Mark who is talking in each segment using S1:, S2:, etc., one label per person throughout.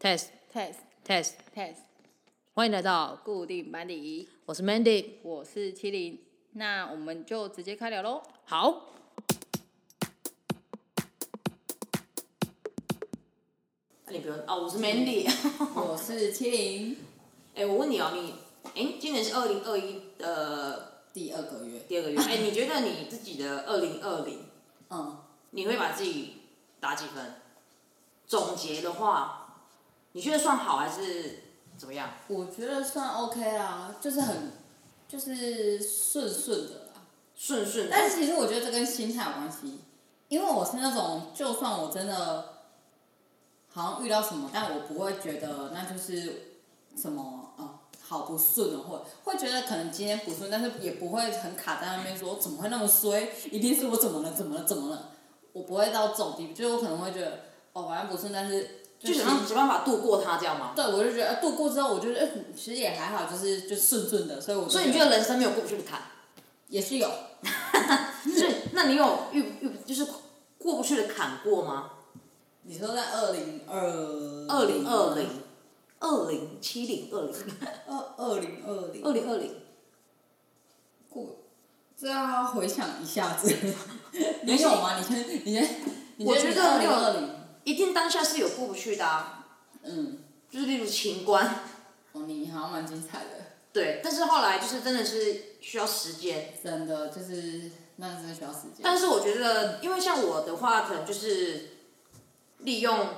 S1: test
S2: test
S1: test，
S2: test
S1: 欢迎来到，
S2: 固定班底，
S1: 我是 Mandy。
S2: 我是麒麟，那我们就直接开聊喽。
S1: 好，你不用哦，我是 Mandy。
S2: 我是麒麟，
S1: 哎、我问你哦，你哎、今年是二零二一的
S2: 第二个月，
S1: 第二个月，哎、你觉得你自己的二零二零，
S2: 嗯，
S1: 你会把自己打几分？总结的话，你觉得算好还是怎么样？
S2: 我觉得算 OK 啊，就是很就是顺顺的啦。
S1: 顺顺的，
S2: 但是其实我觉得这跟心态有关系，因为我是那种就算我真的好像遇到什么，但我不会觉得那就是什么呃好不顺哦，会会觉得可能今天不顺，但是也不会很卡在那边说怎么会那么衰，一定是我怎么了怎么了怎么了，我不会到这种地步，就是我可能会觉得哦反正不顺，但是
S1: 就想让想办法度过它，这样吗？
S2: 对我就觉得、呃、度过之后，我就觉得、呃其实也还好，就是就顺顺的，所以我就
S1: 所以你觉得人生没有过不去的坎？
S2: 也是有。
S1: 所以，那你有遇遇就是过不去的坎过吗？
S2: 你说在二零二
S1: 二零二零、二零七零、二零
S2: 二二零二零
S1: 二零二零，
S2: 过，这要回想一下 子。你有吗？你先，你先，你
S1: 我觉得
S2: 二零二零，
S1: 一定当下是有过不去的、啊，
S2: 嗯，
S1: 就是例如情关，
S2: 哦，你好像蛮精彩的，
S1: 对。但是后来就是真的是需要时间，
S2: 真的就是那真的需要时间。
S1: 但是我觉得，因为像我的话，可能就是利用，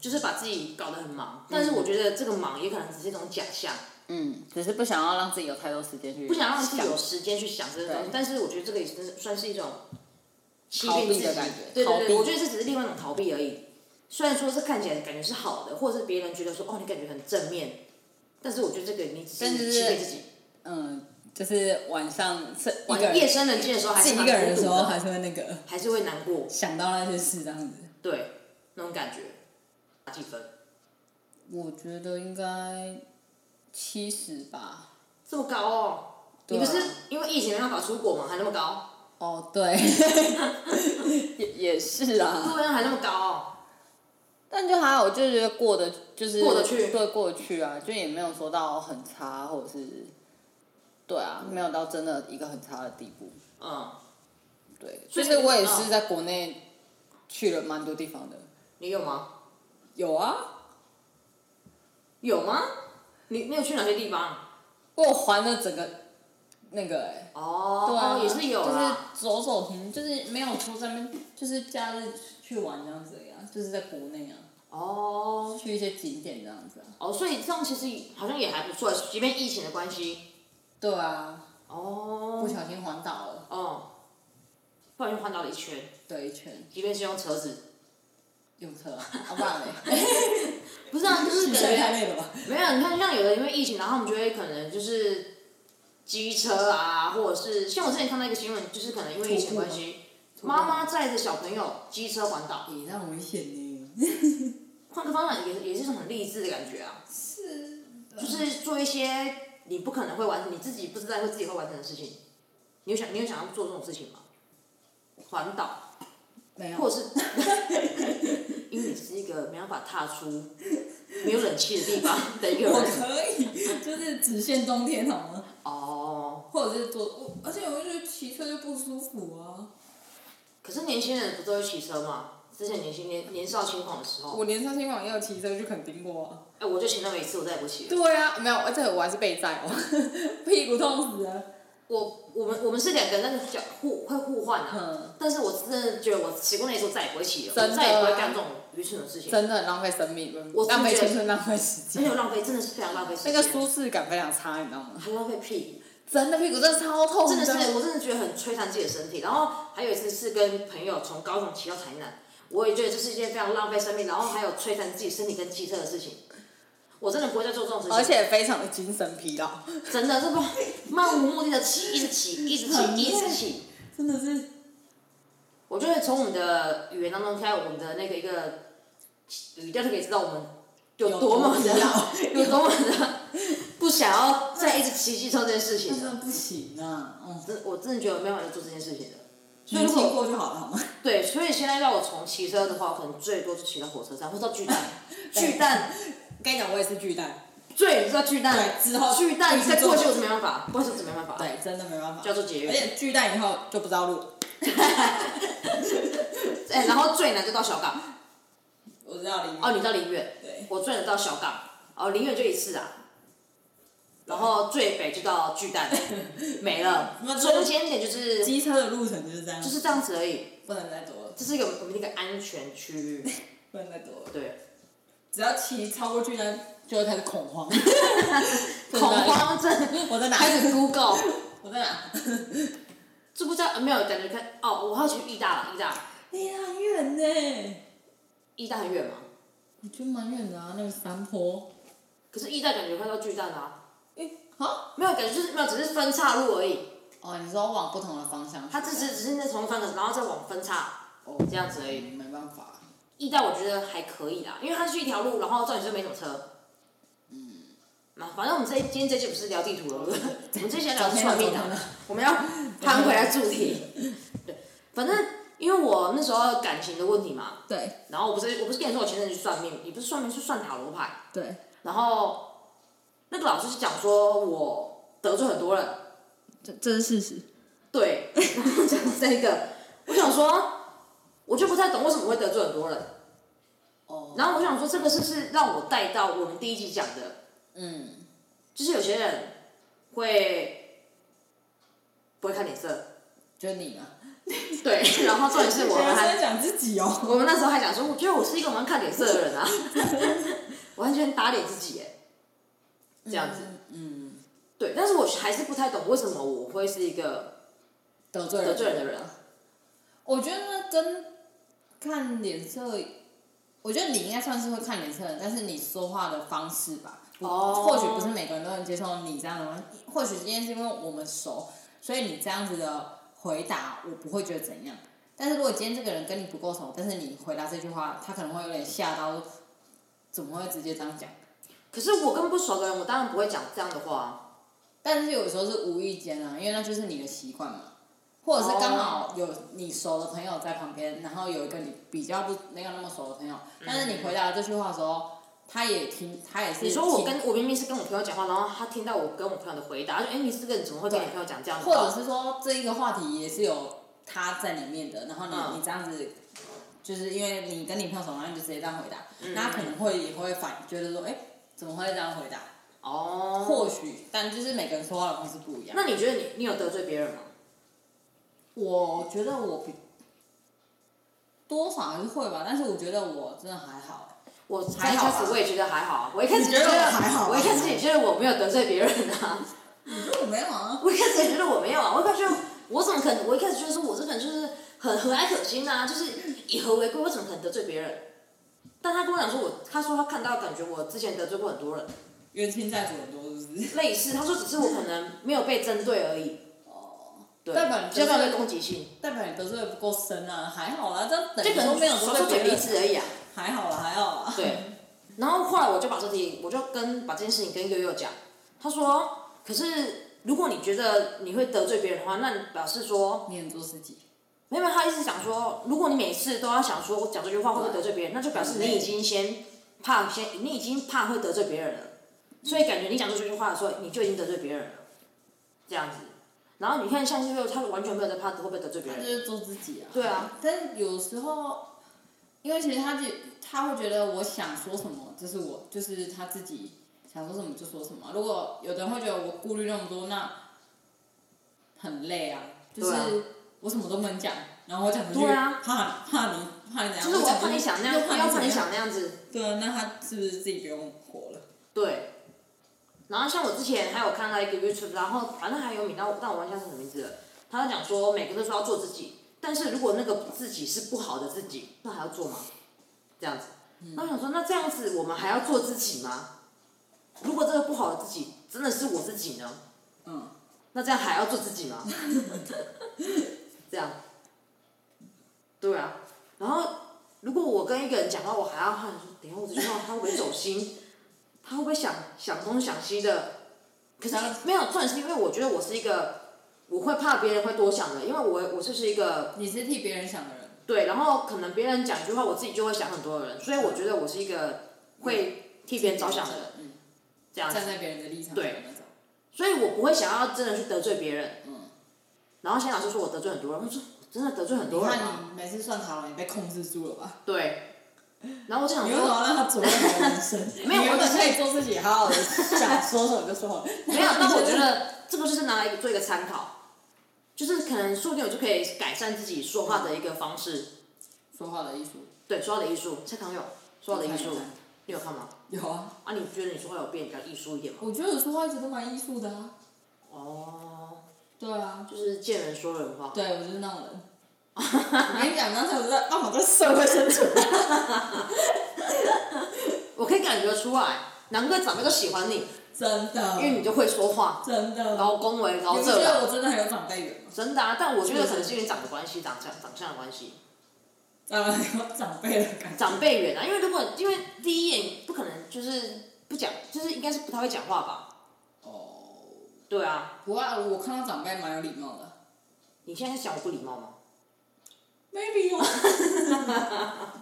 S1: 就是把自己搞得很忙，但是我觉得这个忙也可能只是一种假象。
S2: 嗯，只是不想要让自己有太多时间去，
S1: 不想让自己有时间去想这个东西
S2: 对，
S1: 但是我觉得这个也真的算是一种欺
S2: 逃
S1: 骗
S2: 避
S1: 自己
S2: 的感觉
S1: 对
S2: 逃避
S1: 对对，我觉得这只是另外一种逃避而已。虽然说这看起来感觉是好的，或者是别人觉得说哦你感觉很正面，但是我觉得这个你只
S2: 但
S1: 是
S2: 是
S1: 欺骗自己。
S2: 嗯，就是晚上是一
S1: 晚
S2: 个
S1: 夜
S2: 人，
S1: 深人静的时候还
S2: 自
S1: 是
S2: 己
S1: 蛮
S2: 一个人的
S1: 孤
S2: 时
S1: 独
S2: 候
S1: 的，
S2: 还是会那个
S1: 还是会难过，
S2: 想到那些事这样子。
S1: 对那种感觉。打几分？
S2: 我觉得应该七十吧。
S1: 这么高哦？
S2: 对
S1: 你
S2: 啊
S1: 不是因为疫情没办法出国吗？还那么高？
S2: 哦，对， 也也是啊。
S1: 对啊，还那么高哦？
S2: 但就还好，我就觉得过得就是
S1: 过得去
S2: 对过得去啊，就也没有说到很差，或者是，对啊，没有到真的一个很差的地步。
S1: 嗯，
S2: 对，
S1: 所
S2: 就
S1: 以
S2: 是我也
S1: 嗯
S2: 是在国内去了蛮多地方的，
S1: 你有吗？
S2: 有啊，
S1: 有吗？你你有去哪些地方？
S2: 我有环了整个那个哎、
S1: 哦，
S2: 对啊，
S1: 也是有
S2: 就
S1: 啦
S2: 是。走走停，就是没有说在那边，就是假日去玩这样子呀、就是在国内啊，
S1: 哦
S2: 去一些景点这样子啊。
S1: 哦，所以这样其实好像也还不错，即便疫情的关系。
S2: 对啊，不
S1: 哦
S2: 小心环岛了，
S1: 哦，不然就环岛了一圈，
S2: 对一圈
S1: 即便是用车子，
S2: 用车，好不然嘞，
S1: 不是啊，就是感
S2: 这也太
S1: 觉
S2: 累了吧。
S1: 没有。你看，像有的因为疫情，然后我们就会可能就是机车啊，或者是像我之前看到一个新闻，就是可能因为疫情的关系，妈妈载着小朋友机车环岛，
S2: 也让危险呢。
S1: 换个方向也也是一种很励志的感觉啊，
S2: 是，
S1: 就是做一些你不可能会完成，你自己不知道会自己会完成的事情。你有想你有想要做这种事情吗？环岛。
S2: 没
S1: 或
S2: 有，
S1: 者是 因为你是一个没办法踏出没有冷气的地方的一个
S2: 我
S1: 人。
S2: 可以，就是只限冬天好吗？
S1: 哦，
S2: 或者是坐，我而且我就觉得骑车就不舒服啊。
S1: 可是年轻人不都会骑车吗？之前年轻年年少轻狂的时候，
S2: 我连上新网也有骑车去垦丁过啊。
S1: 哎、我就骑那么一次，我再也不骑了。
S2: 对啊，没有，而且我还是被载哦， 屁股痛死了。
S1: 我我们我们是两个那个叫互会互换啊的、
S2: 嗯，
S1: 但是我真的觉得我骑过那一次，我再也不会骑了，
S2: 真的啊
S1: 我再也不会干这种愚蠢的事情，而
S2: 真的很浪费生命，
S1: 我是
S2: 浪费
S1: 觉得
S2: 青春，浪费时
S1: 且
S2: 间。
S1: 我浪费真的是非常浪费时
S2: 那
S1: 间，
S2: 个舒适感非常差，你知道吗？
S1: 还浪费屁。
S2: 真的屁股真的超痛
S1: 真的是，
S2: 的。
S1: 我真的觉得很摧残自己的身体。然后还有一次是跟朋友从高雄骑到台南，我也觉得这是一件非常浪费生命，然后还有摧残自己身体跟机车的事情。我真的不会再做这种事情，
S2: 而且非常的精神疲劳，
S1: 真的这不漫无目的的骑，一直骑，一直骑，
S2: 很累
S1: 一直骑。
S2: 真的是
S1: 我觉得从我们的语言当中，看我们的那个一个语调就可以知道我们有多么的
S2: 老，
S1: 有 多么的不想要再一直骑机车这件事情
S2: 真的
S1: 了。
S2: 不行啊！哦，
S1: 真的，我真的觉得我没有办法再做这件事情了。所以如
S2: 经
S1: 果
S2: 过就好了，好吗？
S1: 对，所以现在要我从骑车的话，我可能最多就骑到火车站，或者到 巨蛋。巨蛋
S2: 跟你讲，我也是巨蛋，
S1: 最到巨蛋
S2: 对之后
S1: 巨蛋
S2: 必须
S1: 再过去
S2: 坐
S1: 我是没办法，过去我是没办法。，
S2: 对，真的没办法，
S1: 叫做捷运
S2: 而且巨蛋以后就不知道路，
S1: 哎，然后最难就到小港。
S2: 我知道林，
S1: 哦，你到林远，
S2: 对，
S1: 我最南到小港，哦，林远就一次啊，然后最北就到巨 蛋，没了
S2: 那。这
S1: 中间点就是
S2: 机车的路程就是这样，
S1: 就是这样子而已，
S2: 不能再多了，
S1: 这是一个我们一个安全区域，
S2: 不能再多了，
S1: 对，
S2: 只要骑超过巨蛋就会开始恐 慌，
S1: 恐，慌症，
S2: 我在哪？
S1: 开始 Google，
S2: 我在哪？
S1: 知不知道？呃没有感觉看哦，我还要去义大了，义大，
S2: 你哎很远呢，
S1: 义大很远嘛，
S2: 我觉得蛮远的啊，那个山坡，
S1: 可是义大感觉快到巨蛋了啊，
S2: 诶，好，
S1: 没有感觉就是没有，只是分岔路而已，
S2: 哦，你说往不同的方向去，
S1: 它只是只是那从分的，然后再往分岔
S2: 哦
S1: 这样子而已。
S2: 没办法，
S1: 义大我觉得还可以啦，因为它是一条路，然后照理说没什么车。嗯，那反正我们这一今天这期不是聊地图了， 我们这期聊的是算命
S2: 昨天
S1: 的
S2: 的，
S1: 我们要翻回来主题。对，反正因为我那时候感情的问题嘛，
S2: 对
S1: 然后我不是我不是跟你说我前阵子去算命，也不是算命，是算塔罗牌。
S2: 对，
S1: 然后那个老师是讲说我得罪很多人，
S2: 这这是事实，
S1: 对，然后讲这个，我想说，我就不太懂为什么会得罪很多人。
S2: 哦，
S1: 然后我想说，这个是不是让我带到我们第一集讲的，
S2: 嗯，
S1: 就是有些人会不会看脸色？
S2: 就你啊，
S1: 对， 然后重点是我们还
S2: 在讲自己哦，
S1: 我们那时候还讲说，我觉得我是一个蛮看脸色的人啊，完全打脸自己耶，这样子。
S2: 嗯，
S1: 对，但是我还是不太懂为什么我会是一个
S2: 得罪
S1: 得罪人的人。啊
S2: 我觉得那跟看脸色，我觉得你应该算是会看脸色的，但是你说话的方式吧，不
S1: 哦
S2: 或许不是每个人都能接受你这样的方式，或许今天是因为我们熟，所以你这样子的回答我不会觉得怎样。但是如果今天这个人跟你不够熟，但是你回答这句话，他可能会有点吓到，怎么会直接这样讲？
S1: 可是我跟不熟的人，我当然不会讲这样的话啊。
S2: 但是有时候是无意间啊，因为那就是你的习惯嘛，或者是刚好有你熟的朋友在旁边，然后有一个你比较不没有那么熟的朋友，
S1: 嗯
S2: 但是你回答这句话的时候，他也听，他也是
S1: 你说我
S2: 听
S1: 跟我明明是跟我朋友讲话，然后他听到我跟我朋友的回答，他说：“哎，你这个人怎么会跟你朋友讲这样的
S2: 或
S1: 话？”
S2: 者是说这一个话题也是有他在里面的，然后你、
S1: 嗯
S2: 你这样子，就是因为你跟你朋友熟，然后你就直接这样回答，
S1: 嗯
S2: 那他可能会也会反觉得说，哎、怎么会这样回答？
S1: 哦，
S2: 或许，但就是每个人说话的方式不一样。
S1: 那你觉得你你有得罪别人吗？
S2: 我觉得我比多少还是会吧，但是我觉得我真的还好。
S1: 我才
S2: 还
S1: 一
S2: 好
S1: 开
S2: 啊
S1: 始我也觉得还好啊，我一开始
S2: 你
S1: 也
S2: 觉得
S1: 觉得
S2: 我还好啊
S1: 我一开始也觉得我没有得罪别人啊，
S2: 你说我没有啊？
S1: 我一开始也觉得我没有啊，我一开始觉得我怎么可能？我一开始觉得说我这个人就是很和蔼可亲啊，就是以和为贵，我怎么可能得罪别人？但他跟我讲说我，他说他看到感觉我之前得罪过很多人，
S2: 冤亲债主很多是不是？
S1: 类似他说只是我可能没有被针对而已，
S2: 哦，
S1: 对，
S2: 代表你
S1: 比较没有
S2: 得
S1: 被
S2: 罪
S1: 攻击性，
S2: 代表你得罪的不够深啊，还好啦，这样等
S1: 就
S2: 于
S1: 可
S2: 说
S1: 能
S2: 没有
S1: 说
S2: 得
S1: 说
S2: 罪
S1: 嘴
S2: 别
S1: 皮
S2: 人，
S1: 子而已啊。
S2: 还好啦，还好啦。
S1: 对，然后后来我就把这题，我就跟把这件事情跟悠悠讲，他说，可是如果你觉得你会得罪别人的话，那你表示说，
S2: 你很做自己，
S1: 没有，没有他意思讲说，如果你每次都要想说我讲这句话会不会得罪别人，那就表示你已经先怕先，你已经怕会得罪别人了，所以感觉你讲出这句话的时候，你就已经得罪别人了，这样子。然后你看，像悠悠，他完全没有在怕会不会得罪别
S2: 他就
S1: 人，
S2: 是做自己啊。
S1: 对啊，
S2: 但有时候，因为其实他就他会觉得我想说什么，这是我就是他自己想说什么就说什么。如果有的人会觉得我顾虑那么多，那很累啊，就是
S1: 对啊
S2: 我什么都不能讲，然后我讲出去，
S1: 对啊
S2: 怕怕你怕你怎样，
S1: 就是我
S2: 讲出
S1: 怕
S2: 去
S1: 你想那
S2: 又
S1: 样，不要怕
S2: 怎
S1: 你
S2: 样
S1: 想那样子。
S2: 对啊，那他是不是自己不用活了？
S1: 对。然后像我之前还有看到一个 YouTube，然后反正还有名，但我但我忘记他是什么名字了。他在讲说每个人都说要做自己，但是如果那个自己是不好的自己，那还要做吗？这样子。那我想说，那这样子我们还要做自己吗？如果这个不好的自己真的是我自己呢？
S2: 嗯，
S1: 那这样还要做自己吗？ 这样，对啊。然后，如果我跟一个人讲话，我还要看，等一下我这句话他会不会走心？他会不会想想东想西的？可是没有，重点是因为我觉得我是一个，我会怕别人会多想的，因为我我就是一个
S2: 你是替别人想的人，
S1: 对，然后可能别人讲一句话，我自己就会想很多的人，所以我觉得我是一个会替别人着想的人，
S2: 嗯，
S1: 这样子
S2: 站，在别人的立场
S1: 对
S2: 的那种，
S1: 所以我不会想要真的去得罪别人。
S2: 嗯。
S1: 然后谢老师说我得罪很多人，我说我真的得罪很
S2: 你
S1: 多人啊吗？
S2: 看你每次算塔罗，你被控制住了吧？
S1: 对。然后我就想
S2: 你为什
S1: 说，
S2: 么要让他左右你的人 生？
S1: 没有
S2: 你原
S1: 我
S2: 本
S1: 只是
S2: 可以做自己，好好的想说什么就说 什么。
S1: 没有，但我觉得这个就是拿来一个做一个参考，就是可能说不定我就可以改善自己说话的一个方式。
S2: 说话的艺术，
S1: 对，说话的艺术，蔡康永说话的艺术
S2: 我看一看，
S1: 你有看吗？
S2: 有啊，
S1: 啊，你觉得你说话有变比较艺术一点吗？
S2: 我觉得我说话一直都蛮艺术的啊。
S1: 哦，
S2: 对啊，
S1: 就是见人说人话。
S2: 对我就是那种 人。我跟你讲，刚才我就在让我在社会生存。
S1: 我可以感觉出来，难怪长辈都喜欢你，
S2: 真的
S1: 因，为你就会说话，
S2: 真的。
S1: 然后恭维，然
S2: 你
S1: 后
S2: 不
S1: 这
S2: 觉
S1: 个
S2: 得我真的很有长辈缘吗？
S1: 真的啊。但我觉得可能是因为长的关系，长相长相的关系，
S2: 当然有长辈的感觉。
S1: 长辈缘啊。因为如果因为第一眼不可能就是不讲，就是应该是不太会讲话吧？
S2: 哦，
S1: 对啊，
S2: 不过啊我看到长辈蛮有礼貌的。
S1: 你现在是讲我不礼貌吗？
S2: Maybe 哦。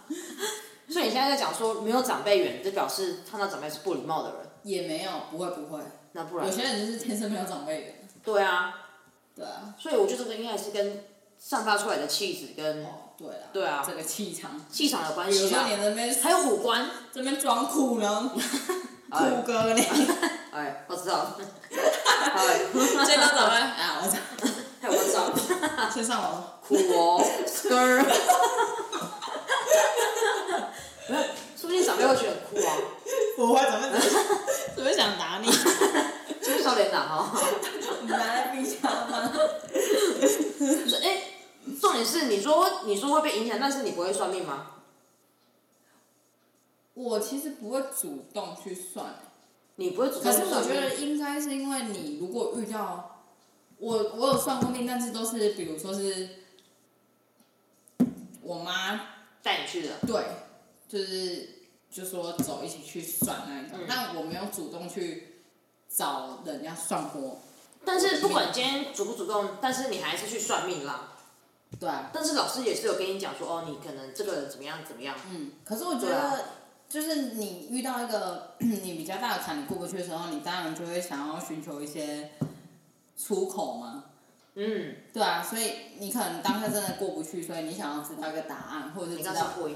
S1: 所以你现在在讲说没有长辈缘，就表示看到长辈是不礼貌的人，
S2: 也没有，不会不会。
S1: 那不然
S2: 有些人就是天生没有长辈缘。
S1: 对啊。
S2: 对啊。
S1: 所以我觉得这个应该是跟散发出来的气质跟
S2: 哦，对啊。
S1: 对啊
S2: 这个气场。
S1: 气场有关
S2: 比如
S1: 系
S2: 说
S1: 啊
S2: 你，在那边
S1: 还有五官。
S2: 这边装酷，然后酷哥呢，
S1: 哎，我 知道。哎，
S2: 见到长辈啊，我操，
S1: 还有我知道，
S2: 先上楼。
S1: 苦哦，哥儿。没有，说不定长辈会觉得很酷啊，
S2: 我会怎么怎么想打 你？
S1: 就是笑脸党哦哈。
S2: 你拿来冰箱吗？
S1: 所以哎，重点是你说你说会被影响，但是你不会算命吗？
S2: 我其实不会主动去算，
S1: 你不会主动
S2: 可是
S1: 去
S2: 我
S1: 算
S2: 觉
S1: 命？
S2: 得应该是因为你如果遇到我，我有算过命，但是都是比如说是我妈
S1: 带你去的，
S2: 对，就是就说走一起去算那一种，
S1: 嗯
S2: 但我没有主动去找人家算过。
S1: 但是不管今天主不主动，但是你还是去算命啦。
S2: 对啊，
S1: 但是老师也是有跟你讲说，哦，你可能这个人怎么样怎么样。
S2: 嗯，可是我觉
S1: 对啊
S2: 得，就是你遇到一个 你比较大的坎，你过不去的时候，你当然就会想要寻求一些出口嘛。
S1: 嗯，
S2: 对啊，所以你可能当下真的过不去，所以你想要知道一个答案，或者是
S1: 你
S2: 知
S1: 刚
S2: 道
S1: 才破音。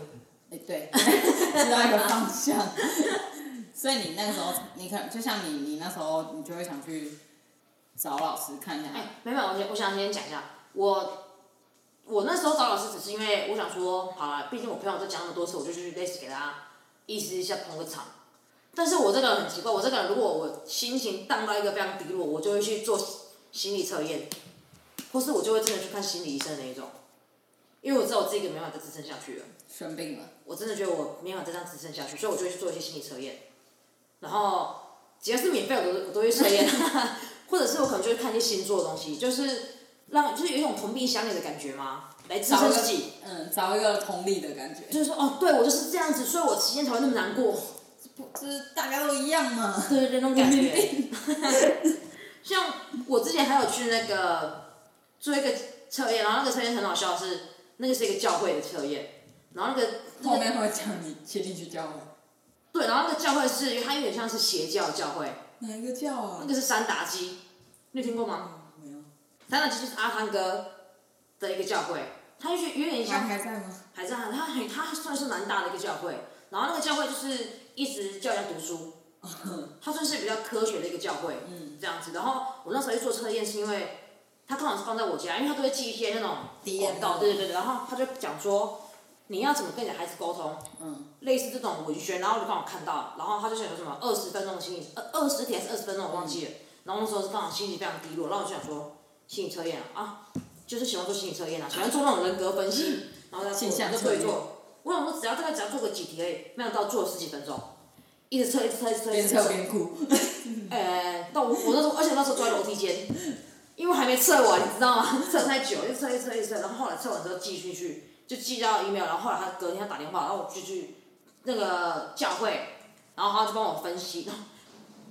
S2: 哎、对，知道一个方向。 所以你那个时候，你可能就像你，你那时候你就会想去找老师看一下。
S1: 哎，没有，我想我想先讲一下，我我那时候找老师只是因为我想说，好了，毕竟我朋友都讲那么多次，我就去类似给他意思一下捧个场。但是我这个人很奇怪，我这个人如果我心情荡到一个非常低落，我就会去做心理测验，或是我就会真的去看心理医生的那一种，因为我知道我自己没办法再支撑下去了。
S2: 生病了，
S1: 我真的觉得我没有再这样支撑下去，所以我就会去做一些心理测验，然后只要是免费我都我都会测验， 或者是我可能就会看一些星座的东西，就是让就是有一种同病相怜的感觉嘛，来支撑自己，
S2: 嗯，找一个同理的感觉，
S1: 就是说哦，对我就是这样子，所以我期间才会那么难过，
S2: 不就是大家都一样嘛。
S1: 对对对，那种感觉。 像我之前还有去那个做一个测验，然后那个测验很好笑的是，那个是一个教会的测验，然后那个那
S2: 后
S1: 个
S2: 面会讲你确定去教会，
S1: 对，然后那个教会是它有点像是邪教教会。
S2: 哪一个教啊
S1: 哦那？个是三打基，你有听过吗？
S2: 没有。
S1: 三打基就是阿汤哥的一个教会，他就有点
S2: 他
S1: 像
S2: 还在吗？
S1: 海战，他很他算是蛮大的一个教会，然后那个教会就是一直教人家读书，他算是比较科学的一个教会，
S2: 嗯，
S1: 这样子。然后我那时候去做测验是因为他刚好是放在我家，因为他都会寄一些那种广告，对对对，对然后他就讲说你要怎么跟你的孩子沟通，
S2: 嗯，
S1: 类似这种文宣，然后就刚好看到，然后他就想说什么二十分钟的心理，呃，二十题还是二十分钟，我忘记了。然后那时候是刚好心情非常低落，然后我就想说心理测验啊，啊就是喜欢做心理测验啊，喜欢做那种人格分析，然后再
S2: 现象
S1: 做
S2: 测
S1: 对
S2: 验
S1: 做。我想说只要大概只要做个几题而已，没想到做了十几分钟，一直测一直测一直测一
S2: 边
S1: 直测
S2: 测，边哭。
S1: 哎，到我我那时候，而且那时候坐在楼梯间，因为还没测完，你知道吗？ 测太久，又测一测一测，然后后来测完之后寄出去，就寄到 email，然后后来他隔天他打电话，然后我就去那个教会， 然后他就帮我分析，然后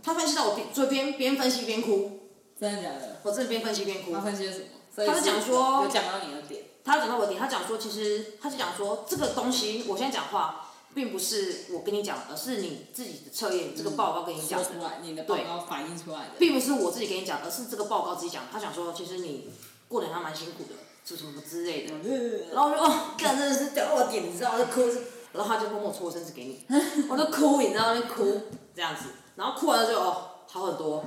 S1: 他分析到我边，就边边分析边哭，
S2: 真的假的？
S1: 我真的边分析边哭
S2: 他。分析了什么？
S1: 他是讲说
S2: 有讲到你的点，
S1: 他讲到我的点，他讲说，其实他是讲说这个东西，我现在讲话并不是我跟你讲，而是你自己的测验，这个报告跟你讲
S2: 说
S1: 的，
S2: 出来，你的报告反映出来的。
S1: 并不是我自己跟你讲，而是这个报告自己讲。他讲说，其实你过得还蛮辛苦的，什么什么之类的。然后我就哦，干真的是掉到我点，你知道，我就哭。然后他就默默搓我身子给你，我就哭，你知道，就哭这样子。然后哭完了之后，哦，好很多，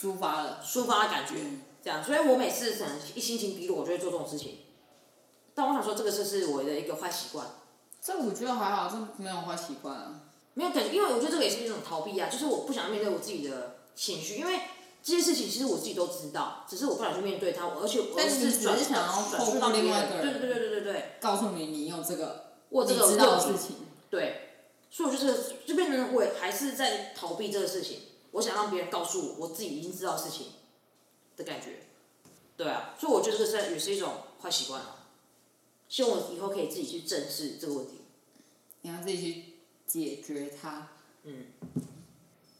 S2: 抒发了，
S1: 抒发的感觉，这样。所以我每次可能一心情低落，我就会做这种事情。但我想说，这个是是我的一个坏习惯，
S2: 这我觉得还好，这没有坏习惯啊。
S1: 没有感觉，因为我觉得这个也是一种逃避啊，就是我不想面对我自己的情绪，因为这些事情其实我自己都知道，只是我不想去面对它，我而且我
S2: 但你
S1: 是
S2: 只
S1: 转
S2: 是想要
S1: 转述
S2: 透过
S1: 别
S2: 另外一个
S1: 对
S2: 人
S1: 对对对对对，
S2: 告诉你，你有这个
S1: 我这
S2: 你
S1: 个
S2: 知道的
S1: 问
S2: 事
S1: 题
S2: 情，
S1: 对，所以我就是就变成我还是在逃避这个事情，我想让别人告诉我我自己已经知道的事情的感觉。对啊，所以我觉得这个是也是一种坏习惯啊，希望我以后可以自己去正视这个问题。
S2: 你要自己去解决它，
S1: 嗯，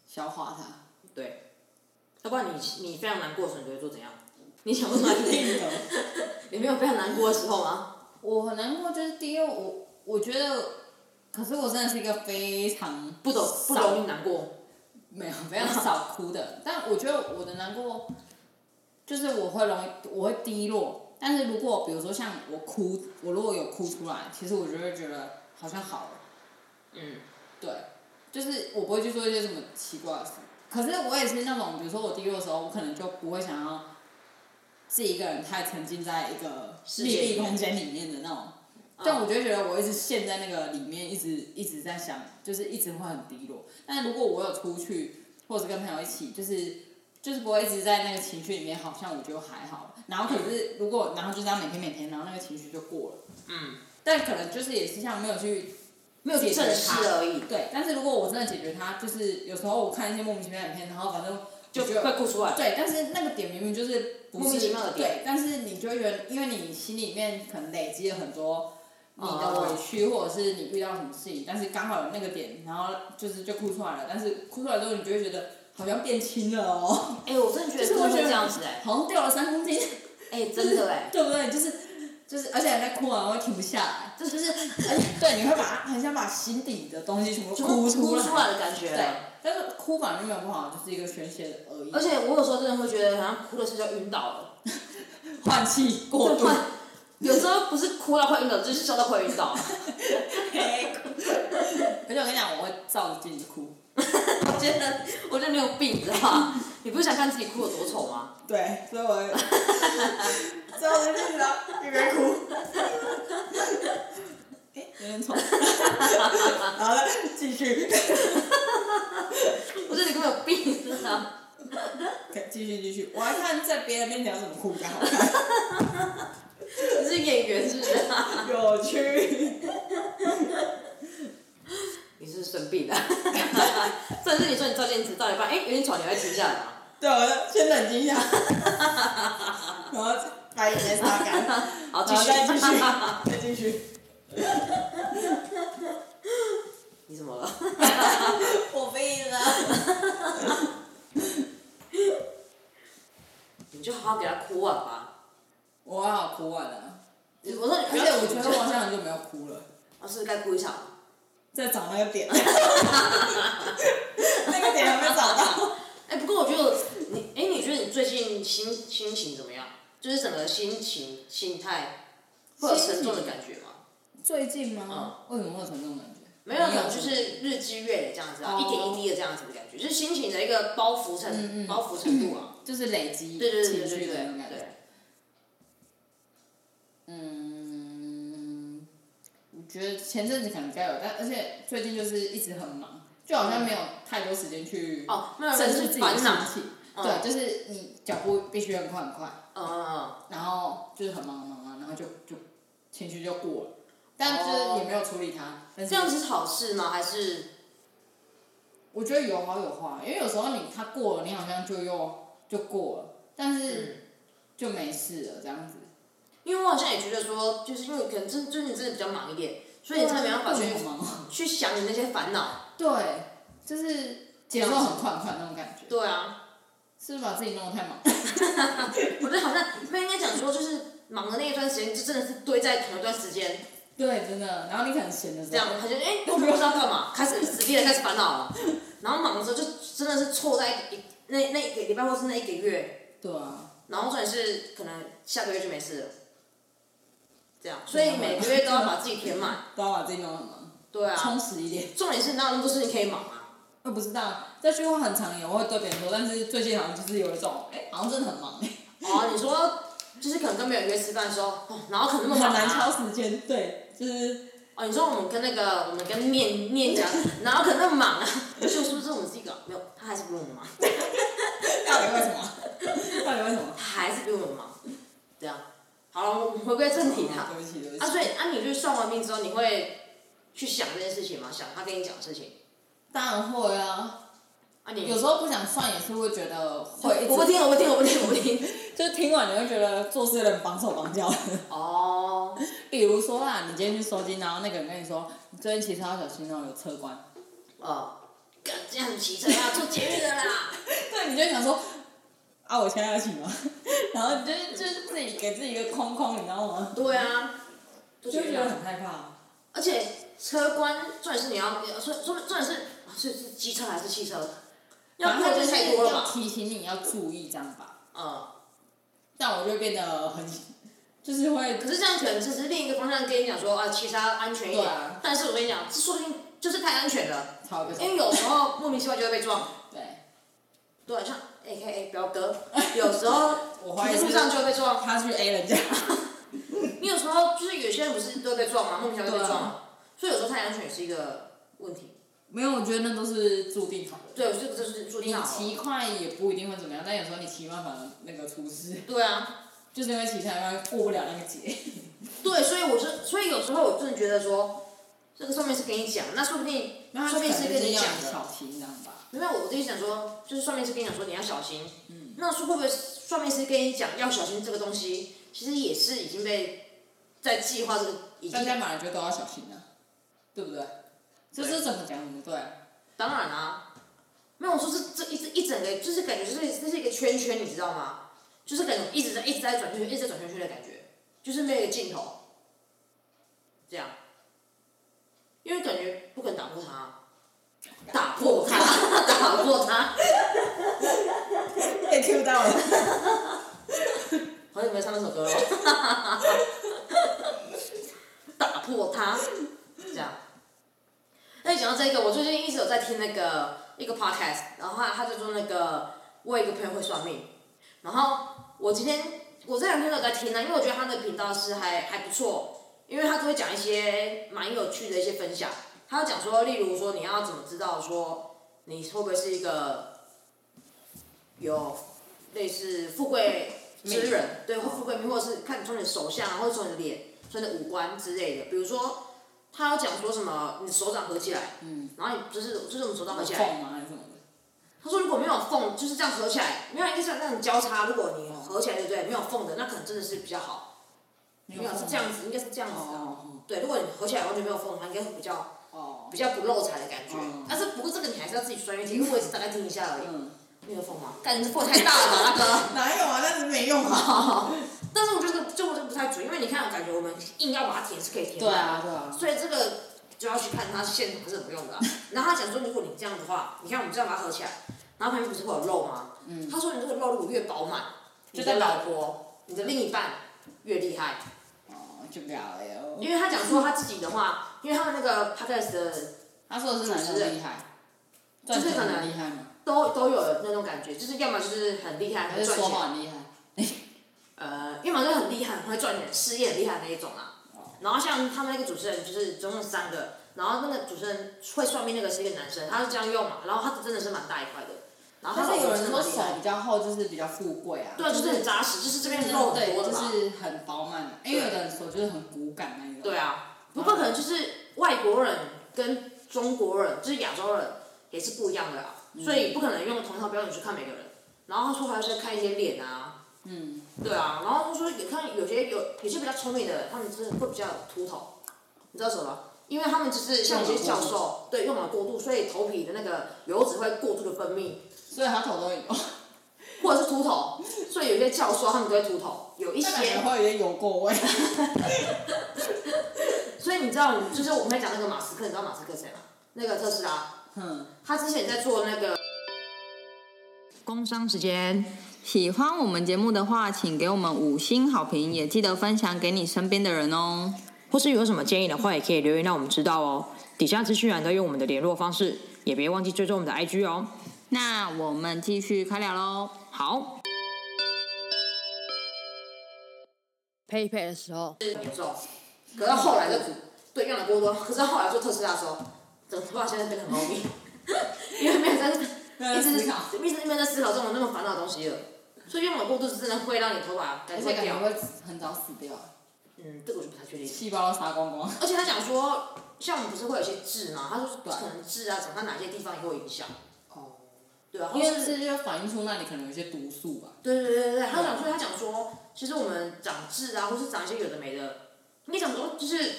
S2: 消化它。
S1: 对，要不然你你非常难过的时候，你都会做怎样？你想不出来，你没有非常难过的时候啊吗？
S2: 我很难过，就是第一，我我觉得，可是我真的是一个非常
S1: 不懂不
S2: 少
S1: 容易难过，
S2: 没有非常少哭的，但我觉得我的难过就是我会容易我会低落，但是如果比如说像我哭，我如果有哭出来，其实我就会觉得好像好了，
S1: 嗯，
S2: 对，就是我不会去做一些什么奇怪的事。可是我也是那种，比如说我低落的时候，我可能就不会想要自己一个人太沉浸在一个
S1: 世界
S2: 密
S1: 里嗯
S2: 闭空间里面的那种，但我就觉得我一直陷在那个里面，一直一直在想，就是一直会很低落。但如果我有出去，或者是跟朋友一起，就是就是不会一直在那个情绪里面，好像我就还好。然后可是如果然后就这样每天每天，然后那个情绪就过了。
S1: 嗯，
S2: 但可能就是也是像没有去
S1: 没有去
S2: 解决
S1: 正视
S2: 它
S1: 而已，
S2: 对，但是如果我真的解决它，就是有时候我看一些莫名其妙的影片，然后反正
S1: 就
S2: 我觉得
S1: 快哭出来。
S2: 对，但是那个点明明就是不是
S1: 莫名其妙的点
S2: 对，但是你就会觉得，因为你心里面可能累积了很多你的委屈，或者是你遇到什么事情，但是刚好有那个点，然后就是就哭出来了，但是哭出来之后，你就会觉得好像变轻了 哦，
S1: 哎、我真的觉得
S2: 就是
S1: 真
S2: 我
S1: 的
S2: 觉
S1: 会
S2: 得
S1: 这样子哎、
S2: 好像掉了三公斤，
S1: 哎、真的哎、
S2: 对不对？就是就是，而且还在哭完会停不下来，这就是，而且 对，你会把很想把心底的东西全部
S1: 全
S2: 哭
S1: 部
S2: 出
S1: 哭
S2: 来，
S1: 出来的感觉。
S2: 对，但是哭反而没有不好，就是一个宣泄的而已。
S1: 而且我有时候真的会觉得，好像哭的时候就晕倒 了，
S2: 换气过度，
S1: 有时候不是哭到快晕倒，就是笑到快晕倒。
S2: 而且我跟你讲，我会照着镜子哭。
S1: 我觉得，我觉得你有病，你知道吗？你不是想看自己哭有多丑吗？
S2: 对，所以 我会照着镜子然后一边哭。哎，有点丑。 然后再继续，
S1: 我觉得你根本有病，真的。
S2: 继续继续，我要看在别人面前要怎么哭比较好 看，
S1: 你是演员是不是？
S2: 有趣。
S1: 你是不是生病 了？甚至你说你照镜子照一半，哎、有点丑，你还停下来吗？
S2: 对，我就先冷静一 下，然后把眼泪擦干，
S1: 好，
S2: 然
S1: 继
S2: 后
S1: 续，
S2: 再继续，再 继续。
S1: 你怎么 了？
S2: 我背了。
S1: 你就好好给他哭完吧。
S2: 我好哭完了，
S1: 我说你
S2: 而
S1: 不
S2: 且
S1: 要
S2: 我
S1: 哭
S2: 觉得我好像很久没有哭了，
S1: 我是不是该哭一场？
S2: 在找那个点，那个点还没找到。
S1: 哎、不过我觉得你，哎、你觉得你最近心心情怎么样？就是整个心情、心态，会有沉重的感觉吗？
S2: 最近吗？为什嗯么会有沉重感觉？
S1: 没有，可能就是日积月累这样子啊，
S2: 哦
S1: 一点一滴的这样子的感觉，就是心情的一个包袱程、
S2: 嗯嗯
S1: 包袱程度啊。
S2: 就是累积
S1: 对对对对
S2: 情
S1: 对
S2: 绪的
S1: 对
S2: 那种
S1: 对
S2: 感觉。嗯，我觉得前阵子可能比较有，但而且最近就是一直很忙，就好像没有太多时间去
S1: 哦，那
S2: 正
S1: 人
S2: 视
S1: 是
S2: 自己的
S1: 烦
S2: 心
S1: 恼，
S2: 情。
S1: 嗯
S2: 对，就是你脚步必须很快很快。
S1: 嗯嗯嗯，
S2: 然后就是很忙很忙啊，然后就就情绪就过了，但就是也没有处理它。但是
S1: 这样子是好事吗？还是
S2: 我觉得有好有坏，因为有时候你它过了，你好像就又就过了，但是
S1: 嗯？
S2: 就没事了这样子。
S1: 因为我好像也觉得说，就是因为可能真最近真的比较忙一点，所以你真的没办法去
S2: 对啊很忙。
S1: 去想你那些烦恼。
S2: 对，就是节奏很快很快那种感觉。
S1: 对啊，
S2: 是不是把自己弄得太忙？
S1: 我觉得好像那应该讲说，就是忙的那一段时间，就真的是堆在同一段时间，
S2: 对，真的。然后你可能闲的时
S1: 这样
S2: 候，
S1: 他就哎，我不知道干嘛，开始死力的开始烦恼了，然后忙的时候就真的是凑在一那那一个礼拜或是那一个月，
S2: 对啊，
S1: 然后重点是可能下个月就没事了，这样，所以每个月都要把自己填满，
S2: 都要把自己弄得很忙，
S1: 对啊，
S2: 充实一点。
S1: 重点是哪有那么多事情可以忙啊？
S2: 我不知道这句话很常有，我会对别人说，但是最近好像就是有一种，哎、好像真的很忙、
S1: 哦，你说就是可能跟别人约吃饭的时候，哦，然后可能那么
S2: 很
S1: 忙
S2: 难
S1: 啊
S2: 挑时间，对，就是
S1: 哦，你说我们跟那个，我们跟念念讲，然后可能那么忙啊，就是不是我们自己搞？没有，他还是比我们忙，
S2: 到底为什么？到底为什么？
S1: 他还是比我们忙，这样。好了，我们回归正题
S2: 啊
S1: 啦。
S2: 对不起，对不
S1: 啊，
S2: 起。
S1: 所以啊，你就是算完命之后，你会去想这件事情吗？想他跟你讲的事情？
S2: 当然会啊，
S1: 啊你，哎
S2: 有时候不想算也是会觉得会一
S1: 我不
S2: 直，
S1: 听，我不听，我不听，我不听。
S2: 就听完你会觉得做事有点绑手绑脚的。
S1: 哦，
S2: 比如说啦，你今天去收金，然后那个人跟你说，你最近骑车要小心哦，有车关。
S1: 哦，干这样子骑车啊，做节日的啦。
S2: 对，你就想说，啊，我现在要骑吗？ 然后你就是就是自己给自己一个空空，你知道吗？
S1: 对啊，
S2: 就
S1: 做节
S2: 觉
S1: 日
S2: 得
S1: 的
S2: 很害怕。
S1: 而且车关，重点是你要，所以重重点是，啊是是机车还是汽车？要
S2: 然后
S1: 看
S2: 就
S1: 的
S2: 是
S1: 太多了
S2: 要
S1: 吧？
S2: 提醒你要注意这样吧。
S1: 嗯，
S2: 但我就变得很，就是会
S1: 可是这样可能只是另一个方向跟你讲说啊，其实要安全一点。
S2: 对啊
S1: 但是我跟你讲，这说不定就是太安全了，
S2: 吵一个
S1: 因为有时候莫名其妙就会被撞。
S2: 对，
S1: 对，啊像 A K A 表 哥，有时候
S2: 我怀疑
S1: 在
S2: 是
S1: 路上就会被撞。
S2: 他去 A 人家。
S1: 你有时候就是有些人不是都会被撞吗？莫名其妙就
S2: 对
S1: 被
S2: 啊
S1: 撞了。所以有时候太安全也是一个问题。
S2: 没有，我觉得那都是注定好的。
S1: 对，这个就是注定
S2: 你
S1: 好了。
S2: 骑快也不一定会怎么样，但有时候你骑慢反而那个出事，
S1: 对啊。
S2: 就是因为骑太慢过不了那个 节。
S1: 对，所以我是，所以有时候我真的觉得说，这个上面是跟你讲，那说不定
S2: 那
S1: 上面是
S2: 肯
S1: 跟
S2: 定
S1: 你
S2: 要
S1: 讲
S2: 你
S1: 的。
S2: 小心这样吧。
S1: 没有，我自己想说，就是上面是跟你讲说你要小心。嗯。那说会不会上面是跟你讲要小心这个东西，其实也是已经被在计划这个已
S2: 大
S1: 经。
S2: 家本来就都要小心啊，对不对？就是怎么讲怎么对啊。
S1: 当然啦、没有，我说是这一一整个，就是感觉就是这是一个圈圈，你知道吗？就是感觉一直在一直在转圈圈，一直在转圈圈的感觉，就是没有一个尽头。这样，因为感觉不可能打破它，打破它， 打破它。
S2: 被 Q 到了。
S1: 好久没唱那首歌了，哦 打破它，这样。那你讲到这个，我最近一直有在听那个一个 podcast，然后他他就说那个我有一个朋友会算命，然后我今天我这两天都有在听呢、啊因为我觉得他的频道是还还不错，因为他都会讲一些蛮有趣的一些分享。他讲说，例如说你要怎么知道说你会不会是一个有类似富贵之人，对，或富贵命，或者是看你从你的手相啊，或者从你的脸、从你的五官之类的。比如说，他有讲说什么，你手掌合起来，
S2: 嗯，
S1: 然后你就是就是我们手掌合起来，
S2: 缝吗还是什么的？
S1: 他说如果没有缝，就是这样合起来，没有应该是那种交叉。如果你合起来，对不对？没有缝的，那可能真的是比较好。没有是这样
S2: 子。
S1: 子，应该是这样子啊。
S2: 哦
S1: 对，如果你合起来完全没有缝，它应该会比较
S2: 哦。
S1: 比较不漏财的感觉。
S2: 嗯
S1: 但是不过这个你还是要自己专业听，因为我也是大概听一下而已。
S2: 嗯。
S1: 没有缝吗？感觉缝太大了吧，大哥。
S2: 哪有啊？那是没用啊。
S1: 但是我觉得这我就不太准，因为你看，我感觉我们硬要把它填是可以填
S2: 对
S1: 满的。
S2: 啊，对啊。
S1: 所以这个就要去看它现场是怎么用的啊、然后他讲说，如果你这样的话，你看我们这样把它合起来，然后旁边不是会有肉吗？
S2: 嗯
S1: 他说你这个肉如果越饱满，
S2: 就
S1: 你
S2: 代
S1: 的
S2: 表
S1: 老婆、你的另一半越厉害。
S2: 哦，就不要了哟。
S1: 因为他讲说他自己的话，因为他们那个 podcast 的
S2: 他说的是男生厉害，
S1: 就
S2: 赚
S1: 是
S2: 钱
S1: 可能
S2: 很厉害吗？
S1: 都都有那种感觉，就是要么就是很厉害，
S2: 还
S1: 很
S2: 是
S1: 赚
S2: 说
S1: 钱，
S2: 话很厉害？
S1: 呃，要么就很厉害，很会赚钱，事业很厉害那一种啊。
S2: 哦
S1: 然后像他们那个主持人就是总共三个，然后那个主持人会算命那个是一个男生，他是这样用嘛，然后他真的是蛮大一块的，然后
S2: 但
S1: 他
S2: 是有人说
S1: 说
S2: 手比较厚，就是比较富贵啊。
S1: 对，就是很扎实，就是这边
S2: 就是
S1: 肉很
S2: 对，
S1: 多的
S2: 就
S1: 嘛。
S2: 是很饱满的。因为有的人手就是很骨感那一种。
S1: 对啊，不过可能就是外国人跟中国人，就是亚洲人也是不一样的啊，
S2: 嗯
S1: 所以不可能用同一套标准去看每个人。然后他说还是看一些脸啊，
S2: 嗯，
S1: 对啊，然后他说有看有些有有些比较聪明的人，他们就是会比较秃头，你知道什么吗？因为他们就是像有些教授，对用脑过度，所以头皮的那个油脂会过度的分泌，
S2: 所以他头都有。
S1: 或者是秃头，所以有些教授他们都会秃头，有一
S2: 那感觉
S1: 些，
S2: 会有点油过 味。
S1: 所以你知道，就是我们在讲那个马斯克，你知道马斯克谁吗？那个特斯拉，
S2: 嗯，
S1: 他之前在做那个工商时间，
S3: 喜欢我们节目的话，请给我们五星好评，也记得分享给你身边的人哦。
S1: 或是有什么建议的话，也可以留言让我们知道哦。底下资讯栏都有我们的联络方式，也别忘记追踪我们的 IG 哦。
S3: 那我们继续开聊喽。
S1: 好，
S3: 配一配的时候，
S1: 是牛肉，可是后来就对用的过多，可是后来做特斯拉的时候，整个头发现在变得很 茂密，因为没有在一直
S2: 思考
S1: 一直没有在思考这种那么烦恼的东西了，所以用的过度是真的会让你头发
S2: 而
S1: 感觉
S2: 且
S1: 会
S2: 感觉
S1: 掉。
S2: 会很早死掉，
S1: 嗯，这个我就不太确定。
S2: 细胞都杀光光。
S1: 而且他讲说，像我们不是会有一些痣嘛，他说
S2: 对
S1: 可能痣啊，长到哪些地方也会有影响，
S2: 哦，
S1: 对吧？
S2: 因
S1: 或
S2: 为
S1: 是
S2: 这就反映出那里可能有一些毒素吧。
S1: 对对对对对，他
S2: 嗯
S1: 讲说他讲说，其实我们长痣啊，或是长一些有的没的，你讲说就是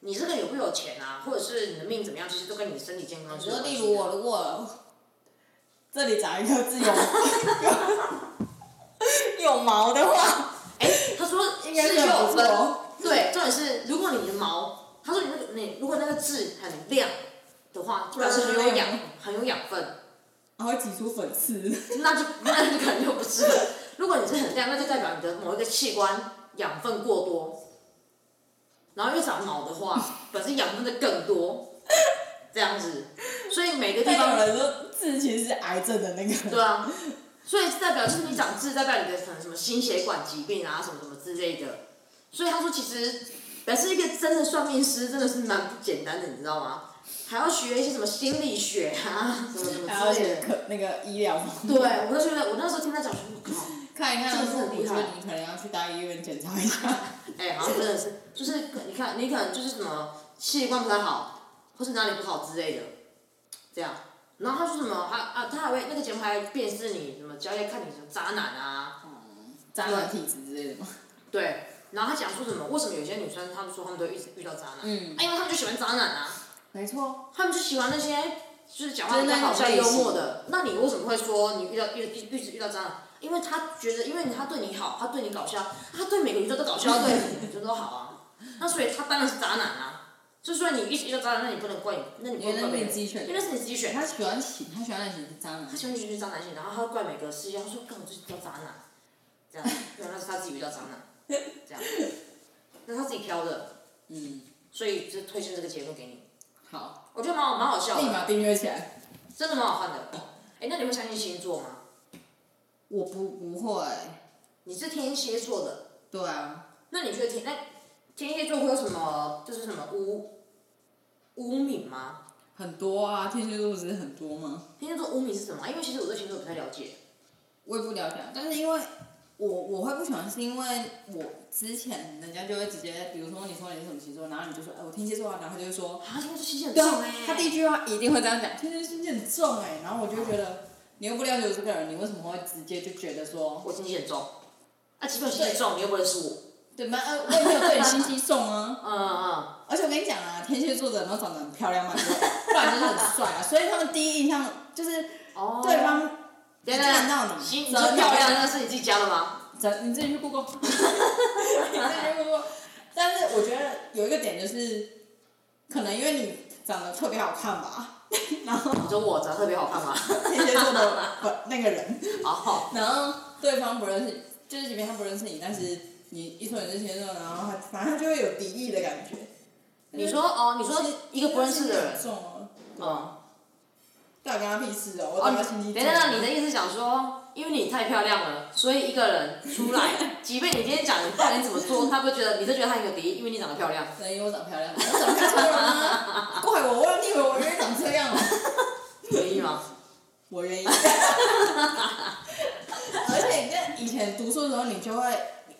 S1: 你这个有不有钱啊，或者是你的命怎么样，其实都跟你身体健康是
S2: 你
S1: 有
S2: 说，
S1: 关
S2: 例
S1: 系
S2: 如
S1: 的
S2: 我如果这里长一颗自由 有毛的话，
S1: 哎、他说是
S2: 应该是
S1: 有
S2: 很不
S1: 分
S2: 错，
S1: 对，重点是如果你的毛，他说你那个你如果那个痣很亮的话，表示很有
S2: 嗯
S1: 养很有养分，
S2: 还会挤出粉刺。
S1: 那就 那就可能就不是了。如果你是很亮，那就代表你的某一个器官养分过多，然后又长毛的话，表示养分就更多，这样子，所以每个地
S2: 但有
S1: 方
S2: 人说刺其实是癌症的那个。
S1: 对啊，所以代表就是你长痣，代表你的可能什么心血管疾病啊，什么什么之类的。所以他说，其实表示一个真的算命师真的是蛮不简单的，你知道吗？还要学一些什么心理学啊，什么什
S2: 还有
S1: 么之类
S2: 些
S1: 的。
S2: 可那个医疗方面
S1: 对，我就觉得我那时候听他讲说，我靠，
S2: 看一看，
S1: 这个是很
S2: 我
S1: 厉
S2: 觉
S1: 害
S2: 得你可能要去大医院检查一下。
S1: 哎、好像真的是，就是你看你可能就是什么器官不太好，或是哪里不好之类的，这样。然后他说什么，还啊，他还会那个节目还辨识你什么教练看你什么渣男啊，
S2: 渣男体质之哦类的吗？
S1: 对，然后他讲说什么？为什么有些女生她们说她们都一直遇到渣男？
S2: 嗯
S1: 啊，因为她们就喜欢渣男啊，
S2: 没错，
S1: 她们就喜欢那些就是讲话
S2: 就是
S1: 比较
S2: 那
S1: 好
S2: 种
S1: 笑、
S2: 类
S1: 幽
S2: 型
S1: 默的。那你为什么会说你遇到遇一一直遇到渣男？因为他觉得，因为他对你好，他对你搞笑，他对每个宇宙都搞笑， 对每个宇宙都好啊。那所以他当然是渣男啊。就说你一直遇到渣男，那你不能怪你，那你不
S2: 因为
S1: 能
S2: 那
S1: 怪别
S2: 是
S1: 人，
S2: 鸡选
S1: 因为，那是你自己选。
S2: 他喜欢型，他喜欢的型是渣男
S1: 他。喜欢去去渣男性，然后他会怪每个世界，他说：“干，我就是遇到渣男，啊这样，原来是他自己遇到渣男，这样，那他自己挑的，
S2: 嗯，
S1: 所以就推荐这个节目给你，
S2: 好，
S1: 我觉得蛮好蛮好笑
S2: 立
S1: 的，
S2: 马订阅起来。
S1: 真的蛮好看的。哎，那你会相信星座吗？
S2: 我不不会，
S1: 你是天蝎座的，
S2: 对啊，
S1: 那你觉得天那天蝎座会有什么就是什么污污名吗？
S2: 很多啊，天蝎座不是很多吗？
S1: 天蝎座污名是什么啊？因为其实我对星座不太了解。
S2: 我也不了解，但是因为我我会不喜欢，是因为我之前人家就会直接，比如说你说你是什么星座，然后你就说哎我天蝎座啊，然后他就会说
S1: 啊，天蝎座星座很
S2: 对
S1: 重
S2: 啊
S1: 哎，
S2: 他第一句话一定会这样讲，天蝎星座很重哎、然后我就觉得你又不了解我这个人，你为什么会直接就觉得说，
S1: 我天蝎很重，啊，基本星座很重，你又不认识我，
S2: 对吧？呃，我也没有对你心机重啊。
S1: 嗯嗯。”
S2: 而且我跟你讲啊，天蝎座的人都长得很漂亮嘛，不然就是很帅啊，所以他们第一印象就是
S1: 哦，
S2: 对方
S1: 等等
S2: 看到你
S1: 行，你
S2: 怎
S1: 这
S2: 么
S1: 漂
S2: 表
S1: 亮
S2: 现
S1: 那是你自己加的吗？
S2: 整，你自己去 Google，你 自己去 Google。但是我觉得有一个点就是，可能因为你长得特别好看吧，然后
S1: 你说我长得特别好看吗？
S2: 天蝎座的不那个人。
S1: 好，
S2: 然后对方不认识，就是即便他不认识你，但是你一说你是天蝎座，然后他反正他就会有敌意的感觉。
S1: 你说哦，你说一个不认识的人，
S2: 重哦，
S1: 哦，
S2: 到底跟他屁事哦？我
S1: 哦，
S2: 怎么
S1: 你
S2: 心机
S1: 等一下，你的意思讲说，因为你太漂亮了，所以一个人出 来，即便你今天讲你不管你怎么做，他不会觉得，你都觉得他很有敌意，因为你长得漂亮。
S2: 对，因为我长漂亮，我长看错了吗？怪我，我你以为我愿意长这样哦？
S1: 同意吗？
S2: 我愿意。而且你在以前读书的时候，你就会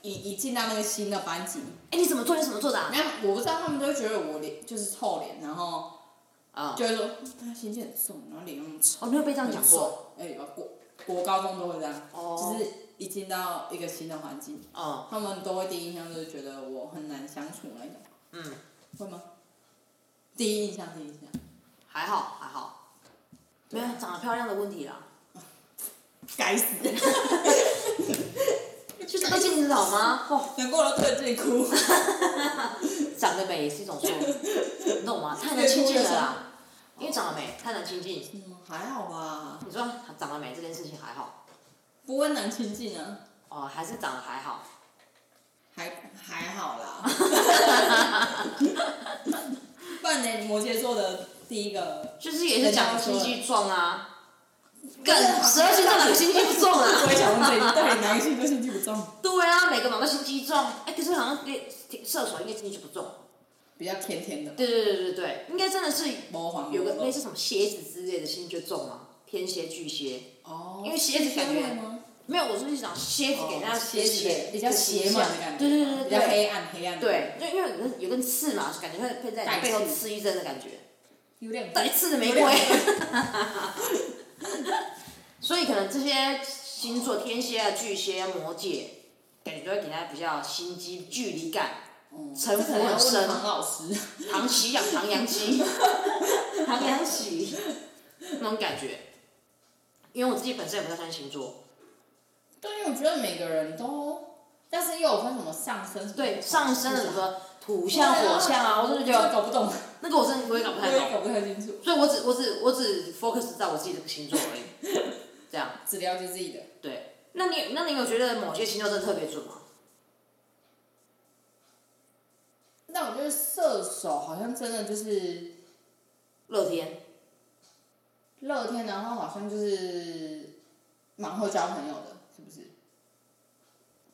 S2: 一一进到那个新的班级，
S1: 哎，你怎么做？你怎么做的啊？
S2: 那我不知道他们都会觉得我脸就是臭脸，然后
S1: 啊，
S2: 就会说他心机很重，然后脸那么臭。
S1: 哦，没有被这样讲
S2: 很
S1: 过。
S2: 爽。哎、有国国高中都会这样，
S1: 哦
S2: 就是一进到一个新的环境，
S1: 哦，
S2: 他们都会第一印象就是觉得我很难相处那种，
S1: 嗯，
S2: 会吗？第一印象，第一印象，
S1: 还好还好，没有长得漂亮的问题啦。
S2: 该死，
S1: 就是被镜子老吗？哦，
S2: 难怪我都对着自己哭。
S1: 长得美也是一种错，你懂吗？太难亲近了啦，因为长得美太难亲近。
S2: 嗯，还好吧，
S1: 你说长得美这件事情还好，
S2: 不会难亲近啊，
S1: 哦，还是长得还好。
S2: 还还好啦。 不然呢，摩羯座的第一个
S1: 就是也是讲心机重啊，
S2: 不
S1: 更
S2: 是
S1: 十二星座哪个心机不重啊？
S2: 我也想问这个，到底哪个星座心机不重？
S1: 对啊，每个毛都心机重。哎、可是好像给射手应该心机不重。
S2: 比较甜甜的，
S1: 对对对对对，应该真的是
S2: 魔黄
S1: 有个
S2: 魔
S1: 类似什么蝎子之类的心机就重嘛，天蝎、巨蟹。
S2: 哦，
S1: 因为蝎子感觉
S2: 会吗？
S1: 没有，我是讲哦蝎子给大家
S2: 邪
S1: 之前
S2: 哦比较邪门的感觉，
S1: 对对对对
S2: 比较
S1: 对
S2: 黑暗黑暗，，
S1: 对，就因为有根有根刺嘛，就感觉会会在你背后刺一针的感觉，
S2: 有点
S1: 带刺的玫瑰。所以可能这些星座，天蝎啊、巨蟹啊、摩羯，感觉都会给大家比较心机、距离感、
S2: 嗯
S1: 城
S2: 这
S1: 府很
S2: 可能要
S1: 深
S2: 问唐老师，
S1: 唐奇养唐阳鸡，唐阳喜那种感觉。因为我自己本身也不太相信星座，
S2: 对，因为我觉得每个人都，但是又有分什么啊上升，
S1: 对上升的什么土象、火象啊，我真的觉
S2: 就
S1: 得
S2: 搞不懂，
S1: 那个我真的我也搞不
S2: 我
S1: 太
S2: 也
S1: 懂。
S2: 搞不太清楚，
S1: 所以我只我只我只 focus 在我自己这个星座而已，这样
S2: 只了解自己的，
S1: 对。那你那你有觉得某些星座真的特别准吗？
S2: 但我觉得射手好像真的就是
S1: 乐天
S2: 乐天的话，好像就是蛮会交朋友的，是不是？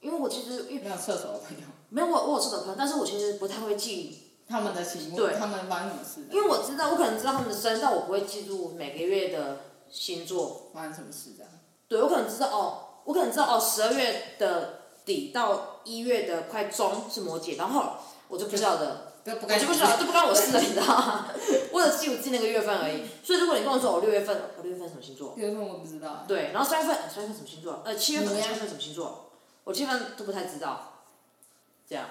S1: 因为我其实因为
S2: 没有射手的朋友，
S1: 没有我我有这个朋友，但是我其实不太会记，
S2: 他们的行为，
S1: 对
S2: 他们发生什么事的，
S1: 因为我知道我可能知道他们的生日，但我不会记住每个月的星座。
S2: 发生什么事的，
S1: 对，我可能知道哦，我可能知道哦，十二月的底到一月的快中是摩羯，然后我就不知道的
S2: 不不
S1: 我
S2: 该
S1: 就不知道，就不关我事了，你知道吗？ 我只记我自己那个月份而已。所以如果你跟我说我六月份，我六月份什么星座？
S2: 月份我不知道，啊
S1: 对，然后三月份，三月份什么星座？呃，七月份、
S2: 母
S1: 七
S2: 羊
S1: 月份什么星座？我基本上都不太知道。这样，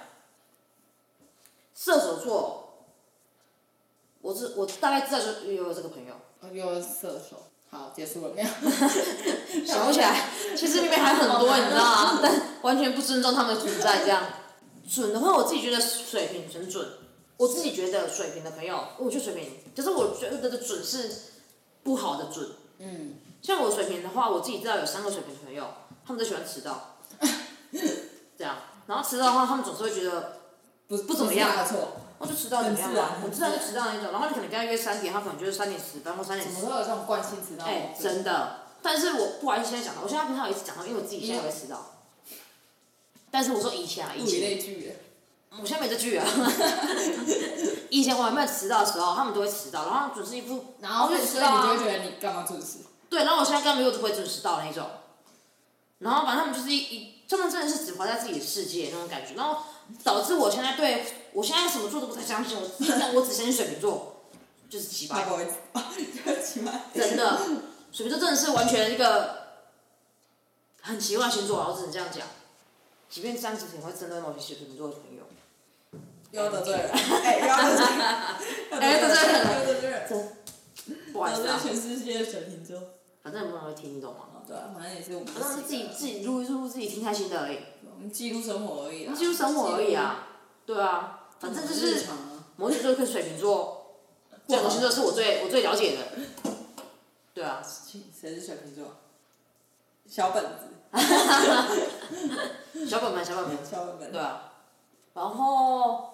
S1: 射手座，我知我大概知道就是有这个朋友。
S2: 我又是射手。好，结束了没有？
S1: 想不起来，其实里面还很多，你知道 吗？但完全不尊重他们的存在，这样。准的话，我自己觉得水瓶很准。我自己觉得水瓶的朋友，我就水瓶，可是我觉得的准是不好的准。
S2: 嗯，
S1: 像我水瓶的话，我自己知道有三个水瓶朋友，他们都喜欢迟 到，这样。然后迟到的话，他们总是会觉得，
S2: 不
S1: 不怎么样
S2: 是他的错，
S1: 我、哦、就迟到怎么样吧，我
S2: 很
S1: 知
S2: 自然
S1: 道就迟到那种。然后你可能跟他约三点，他可能就是三点十分或三点
S2: 怎么
S1: 十，
S2: 会有这种惯性迟到？
S1: 哎、真的。但是我不好意思现在讲到，我现在不太好意思讲到，因为我自己现在也会迟到。但是我说以前啊，以
S2: 物以
S1: 前
S2: 类聚，
S1: 我现在没这句啊。 以前我还没有迟到的时候，他们都会迟到，然后准时一副，
S2: 然后
S1: 我
S2: 所
S1: 就
S2: 以
S1: 迟
S2: 你
S1: 到啊
S2: 就会觉得你干嘛准时？
S1: 对，然后我现在根本就不会准时到那一种。然后反正他们就是一一，他们真的是只活在自己的世界那种感觉，然后导致我现在对我现在什么座都不太相信，我只我只相信水瓶座，就是奇葩
S2: 那， 不会，就奇怪。
S1: 真的，水瓶座真的是完全一个很奇怪的星座啊，我只能这样讲。即便这样子，你会针对某些水瓶座的朋友，
S2: 又得罪人，哎，又得罪人，
S1: 哎得罪人
S2: 又得罪人，
S1: 不好意思
S2: 得
S1: 啊
S2: 罪，全世界的水瓶座。
S1: 反正有没有人会听，你懂吗？
S2: 哦，对啊，反正也是我们
S1: 反正自己自己录一录，自己听开心的而已，
S2: 我们记录生活而已啊，
S1: 记录生活而已啊。对啊，
S2: 记录，
S1: 反正就
S2: 日
S1: 是
S2: 常啊
S1: 摩羯座跟水瓶座，这两个星座是我最我最了解的。对啊，
S2: 谁是水瓶座？小本子，
S1: 小本本，小本本，
S2: 小本本，
S1: 对啊。然后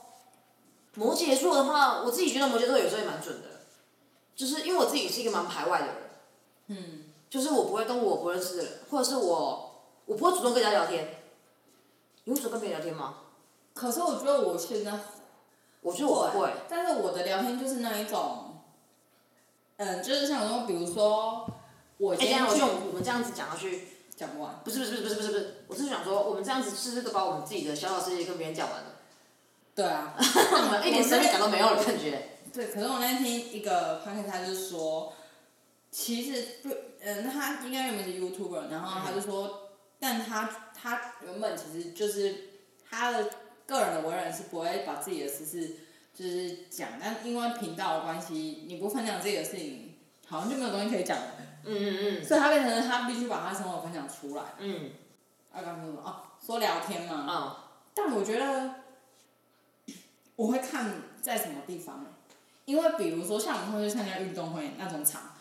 S1: 摩羯座的话，我自己觉得摩羯座有时候也蛮准的，就是因为我自己是一个蛮排外的人，
S2: 嗯，
S1: 就是我不会跟我不认识的人，或者是我我不会主动跟人家聊天。你会主动跟别人聊天吗？
S2: 可是我觉得我现在
S1: 我觉得我不会，
S2: 但是我的聊天就是那一种，嗯，就是想说，比如说我
S1: 哎，等
S2: 今
S1: 一
S2: 天
S1: 下我
S2: 去
S1: 觉得我们这样子讲下去，
S2: 讲不完，
S1: 不是不是不是不是不是，我是想说，我们这样子是不是都把我们自己的小小世界跟别人讲完了？
S2: 对啊，
S1: 我们一点生命感都没有的感觉。
S2: 对。可是我那天听一个 p o d c a 他就说，其实不，嗯，他应该原本是 YouTuber，然后他就说，但他他原本其实就是他的个人的为人是不会把自己的私事就是讲，但因为频道的关系，你不分享自己的事情，好像就没有东西可以讲了，
S1: 嗯嗯
S2: 所以他变成他必须把他生活分享出来。
S1: 嗯
S2: 啊，刚刚说什么？哦，说聊天嘛。
S1: 嗯啊，
S2: 但我觉得我会看在什么地方，因为比如说像我们会去参加运动会那种场，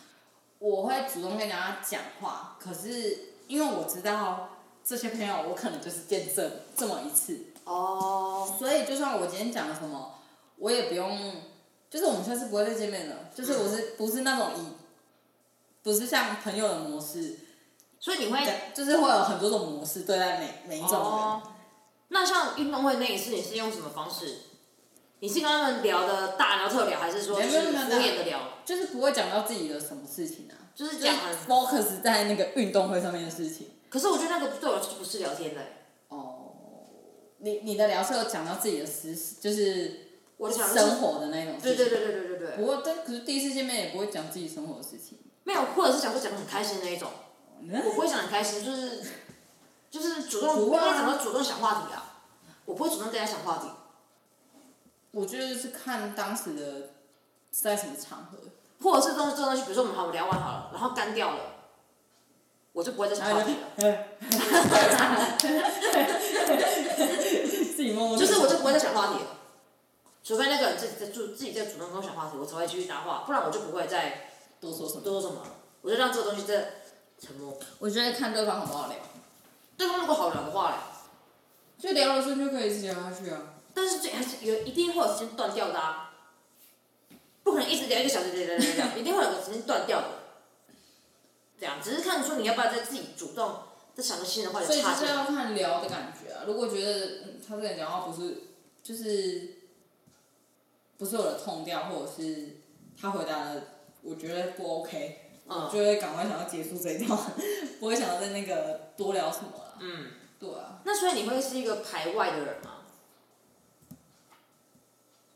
S2: 我会主动跟人家讲话，可是因为我知道这些朋友，我可能就是见证这么一次，
S1: 哦，
S2: 所以就算我今天讲了什么，我也不用，就是我们下次不会再见面了，就是我是不是那种以，不是像朋友的模式，
S1: 所以你会
S2: 就是会有很多种模式对待每每一种人。
S1: 哎哦，那像运动会那一次，你是用什么方式？你是跟他们聊的大聊特聊，还是说就
S2: 没
S1: 是
S2: 有没有
S1: 敷
S2: 没有
S1: 衍的聊？
S2: 就是不会讲到自己的什么事情啊，
S1: 就是
S2: 就
S1: 讲
S2: 是
S1: 很
S2: focus 在那个运动会上面的事情。
S1: 可是我觉得那个对我来说就不是聊天的、
S2: 哦，你你的聊是有讲到自己的私事，就是
S1: 我想的
S2: 生
S1: 是，
S2: 活的那种事情。
S1: 对对对对对对对，
S2: 不过，但可是第一次见面也不会讲自己生活的事情。
S1: 没有，或者是想说讲的很开心的那一种，我不会讲得很开心，就是就是主动，
S2: 嗯主
S1: 我
S2: 动啊
S1: 怎么主动想话题啊？我不会主动跟他想话题。
S2: 我觉得是看当时的是在什么场合，
S1: 或者是这种这种东西，比如说我们好我们聊完好了，然后干掉了，我就不会再想
S2: 然后
S1: 话
S2: 就
S1: 题了。
S2: 自己默默
S1: 就是我就不会再想话题了，除非那个人自己在主自己在主动跟我想话题，我才会继续搭话，不然我就不会再
S2: 多说什么。
S1: 多说什么了，我就让这个东西在沉默。
S2: 我觉得看对方好不好聊，
S1: 对方如果好聊的话嘞，
S2: 就聊的时候就可以一直聊下去啊。
S1: 但是这还是有一定会有时间断掉的啊，不可能一直聊一个小时聊聊聊聊聊，一定会有个时间断掉的。这样只是看说你要不要再自己主动再想个新的话
S2: 所
S1: 题
S2: 以就
S1: 插
S2: 是
S1: 进来。
S2: 要看聊的感觉啊。如果觉得、嗯、他这个人讲话不是，就是不是我的痛调，或者是他回答的我觉得不 OK，、
S1: 嗯
S2: 就会赶快想要结束这一段， 不会想要在那个多聊什么了。
S1: 嗯，
S2: 对啊，
S1: 那所以你会是一个排外的人吗？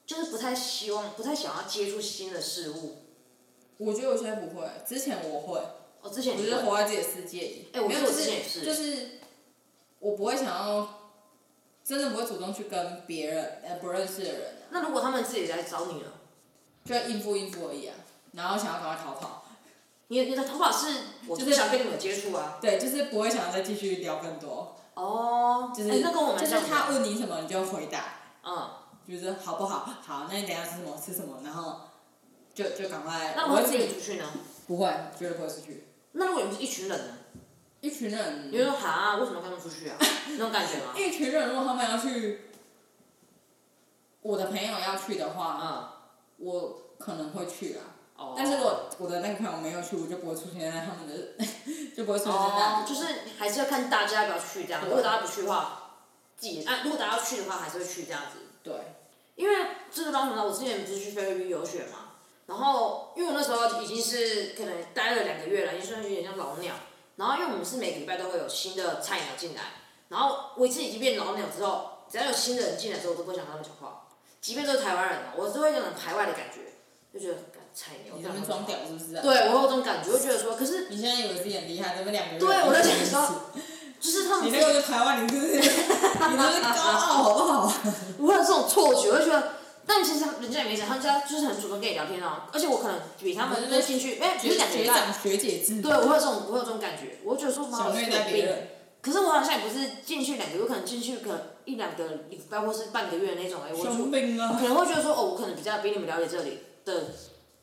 S1: 就是不太希望、不太想要接触新的事物。
S2: 我觉得我现在不会，之前我会，
S1: 我哦之前
S2: 我就是活在自己的世界里。
S1: 哎我
S2: 没有
S1: 觉得
S2: 就
S1: 我之前也
S2: 是
S1: 是
S2: 就是我不会想要，真的不会主动去跟别人呃不认识的人、啊。
S1: 那如果他们自己来找你了，
S2: 就应付应付而已啊，然后想要赶快逃跑，
S1: 你你的头发是，我
S2: 就是
S1: 就不想跟你们有接触啊。
S2: 对，就是不会想要再继续聊更多，
S1: 哦，
S2: 就是、
S1: 哎那跟我们
S2: 就
S1: 蛮
S2: 是
S1: 像的
S2: 他问你什么你就回答，
S1: 嗯，
S2: 就是好不好？好，那你等一下吃什么吃什么，然后就就赶快，
S1: 那
S2: 我
S1: 我
S2: 会
S1: 会
S2: 自
S1: 自己
S2: 己
S1: 出去呢？
S2: 不会，绝对不会出去，
S1: 那如果你们是一群人呢？
S2: 一群人
S1: 你就说哈，为什么要跟他们出去啊？ 那种感觉吗？
S2: 一群人如果他们要去，我的朋友要去的话，
S1: 嗯，
S2: 我可能会去啦。
S1: 哦。
S2: 但是如果我的那个朋友没有去，我就不会出现在他们的， 就不会出现在那
S1: 哦
S2: 里，。
S1: 就是还是要看大家要不要去这样。
S2: 对
S1: 如果大家不去的话，自己啊；如果大家要去的话，还是会去这样子。
S2: 对，
S1: 因为这个当什么？我之前不是去菲律宾游学嘛，然后因为我那时候已经是可能待了两个月了，已经算是有点像老鸟。然后因为我们是每个礼拜都会有新的菜鸟进来，然后我一次已经变老鸟之后，只要有新的人进来之后，我都不会想跟他们讲话，即便都是台湾人哦，我都会有种排外的感觉，就觉得干菜鸟，
S2: 你们装屌是不是、啊？
S1: 对我有这种感觉，我就觉得说，可是
S2: 你现在以为自己很厉害，这边两个人。
S1: 对我在想说，就是他们
S2: 你那个是台湾，你是不是？你那是高傲好不好？
S1: 我会有这种错觉，我就觉得，但其实人家也没讲，他们家就是很主动跟你聊天啊，而且我可能比他们都进去，哎，不
S2: 学
S1: 是两个
S2: 学
S1: 礼
S2: 长
S1: 拜，
S2: 学姐制，
S1: 对我会有这种，我会有这种感觉，我会觉得说妈
S2: 小
S1: 我
S2: 虐
S1: 是
S2: 待
S1: 有
S2: 别
S1: 病。
S2: 人。
S1: 可是我好像也不是进去两个月，我可能进去可能一两个礼拜或是半个月那种，哎，我就
S2: 病
S1: 可
S2: 啊！
S1: 能会觉得说，哦，我可能比较比你们了解这里的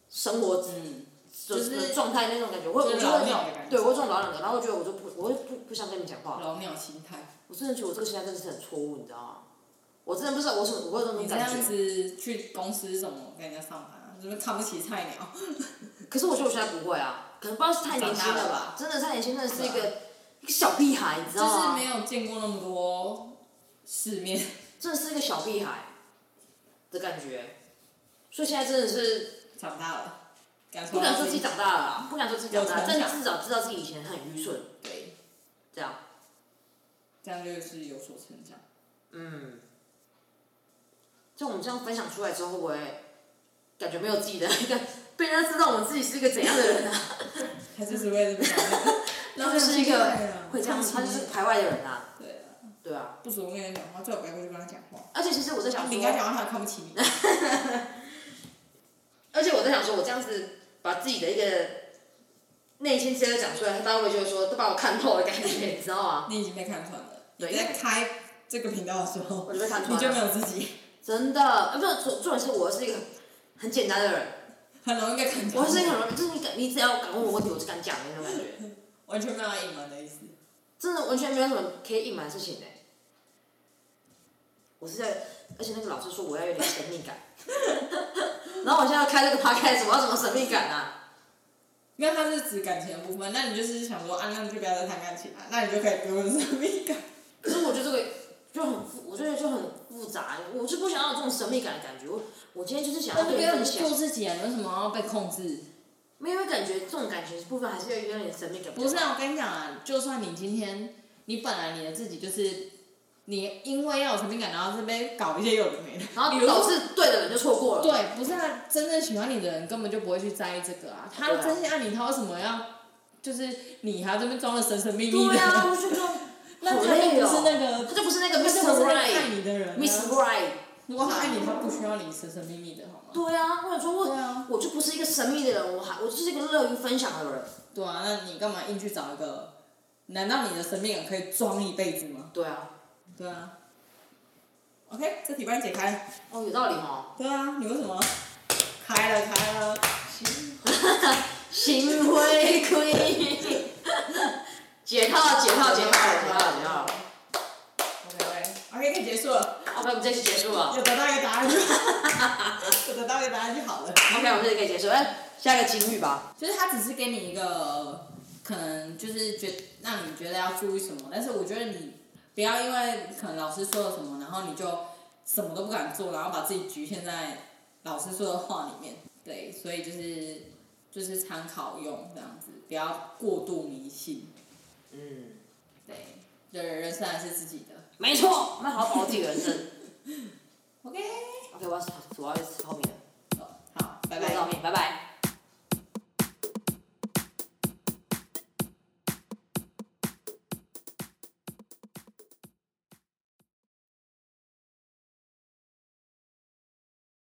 S1: 生活
S2: 嗯，
S1: 就是状态那种感觉，我我
S2: 就是
S1: 就
S2: 老
S1: 会
S2: 鸟的感
S1: 对
S2: 觉，
S1: 我有这种老两个，然后我觉得我就不，我会不不想跟你们讲话。
S2: 老鸟心态。
S1: 我真的觉得我这个心态真的是很错误，你知道吗？我真的不知道我什么，我有这种
S2: 你这
S1: 感
S2: 样
S1: 觉。
S2: 子去公司怎么跟人家上班啊？是不是看不起菜鸟？
S1: 可是我觉得我现在不会啊，可能不知道是太年轻了
S2: 长大
S1: 吧
S2: 了，
S1: 真的太年轻，真的是一
S2: 对
S1: 个一个小屁孩，你知
S2: 就
S1: 道啊
S2: 是
S1: 吗
S2: 没？有见过那么多世面。
S1: 真的是一个小屁孩的感觉，所以现在真的是
S2: 长大了，敢
S1: 不敢说自己长大了啦，不敢说自己长大，
S2: 有
S1: 但
S2: 成长
S1: 至少知道自己以前很愚蠢，
S2: 对，
S1: 这样，
S2: 这样就是有所成长。
S1: 嗯。就我们这样分享出来之后，会不会感觉没有自己的一个被人家知道我们自己是一个怎样的人啊？
S2: 他就是为了
S1: 他就是一个 会这样，他就是排外的人啊，
S2: 啊对啊。
S1: 对啊。
S2: 不主动跟人讲话，最好不要去跟他讲话。
S1: 而且其实我在想
S2: 你跟他
S1: 说，
S2: 讲话，他也看不起你。
S1: 而且我在想说，我这样子把自己的一个内心世界讲出来，大家会觉得说都把我看透的感觉，你知道吗？
S2: 你已经被看穿了。
S1: 对
S2: 你在开这个频道的时候
S1: 我，就被看
S2: 你
S1: 穿
S2: 就没
S1: 了，
S2: 有自己，
S1: 真的，呃，不是，重重点是我是一个很简单的人，
S2: 很容易被看穿。
S1: 我是一个很容易，就是你敢，你只要敢问我问题，我就敢讲的那种感觉，
S2: 完全没有要隐瞒的意思。
S1: 真的完全没有什么可以隐瞒的事情哎、我是在，而且那个老师说我要有点神秘感，然后我现在要开这个 podcast，我要什么神秘感啊？
S2: 没有，它是指感情的部分。那你就是想说，啊，那你就不要再谈感情了，啊那你就可以不用神秘感。
S1: 可是我觉得这个就很复，我觉得就很复杂，我就不想要有这种神秘感的感觉。我我今天就是想要
S3: 但是
S1: 跟
S3: 不
S1: 你
S3: 要
S1: 分享
S3: 做，自己啊，你为什么要被控制？
S1: 没有感觉这种感觉部分还是要有点神秘感。
S2: 不是啊，我跟你讲啊，就算你今天，你本来你的自己就是，你因为要有神秘感，然后这边搞一些有的没的，
S1: 然后
S2: 比如说
S1: 导致对的人就错过了。
S2: 对，不是啊，真正喜欢你的人根本就不会去在意这个啊。他
S1: 对啊
S2: 真心爱你，他为什么要就是你还要这边装的神神秘秘的？
S1: 对啊，我就觉得
S2: 那
S1: 好
S2: 他就
S1: 累
S2: 不是
S1: 哦
S2: 那个，
S1: 他就不是那个
S2: 他就不是
S1: Mr.
S2: 那个爱
S1: Right，Mr.
S2: 你的人、啊。
S1: Right。
S2: 如果他爱你，他啊不需要你神神秘秘的，好吗？
S1: 对啊，我想说
S2: 对
S1: 我
S2: 啊，
S1: 我就不是一个神秘的人，我还我就是一个乐于分享的人。
S2: 对啊，那你干嘛硬去找一个？难道你的神秘感可以装一辈子吗？
S1: 对啊，
S2: 对啊。OK，这题帮你解开了。
S1: 哦，有道理哦。
S2: 对啊，你为什么开了开了？
S1: 心回馈，解套解套解套解套解套。
S2: OK OK，可以结束了，
S1: OK，我们这期结束啊了。
S2: 有得到一个答案 就好，有得到一个答案就好了。
S1: OK，我们这里可以结束。哎，下一个情侣吧。
S2: 就是他只是给你一个可能，就是觉让你觉得要注意什么，但是我觉得你不要因为可能老师说了什么，然后你就什么都不敢做，然后把自己局限在老师说的话里面。对，所以就是就是参考用这样子，不要过度迷信。
S1: 嗯，
S2: 对，对，人生还是自己的。
S1: 没错，我们好好把握自己的人生。
S2: OK，哦
S1: OK，我要吃我要去吃泡面了，
S2: 好，拜
S1: 拍
S2: 拜
S1: 照。片，拜拜。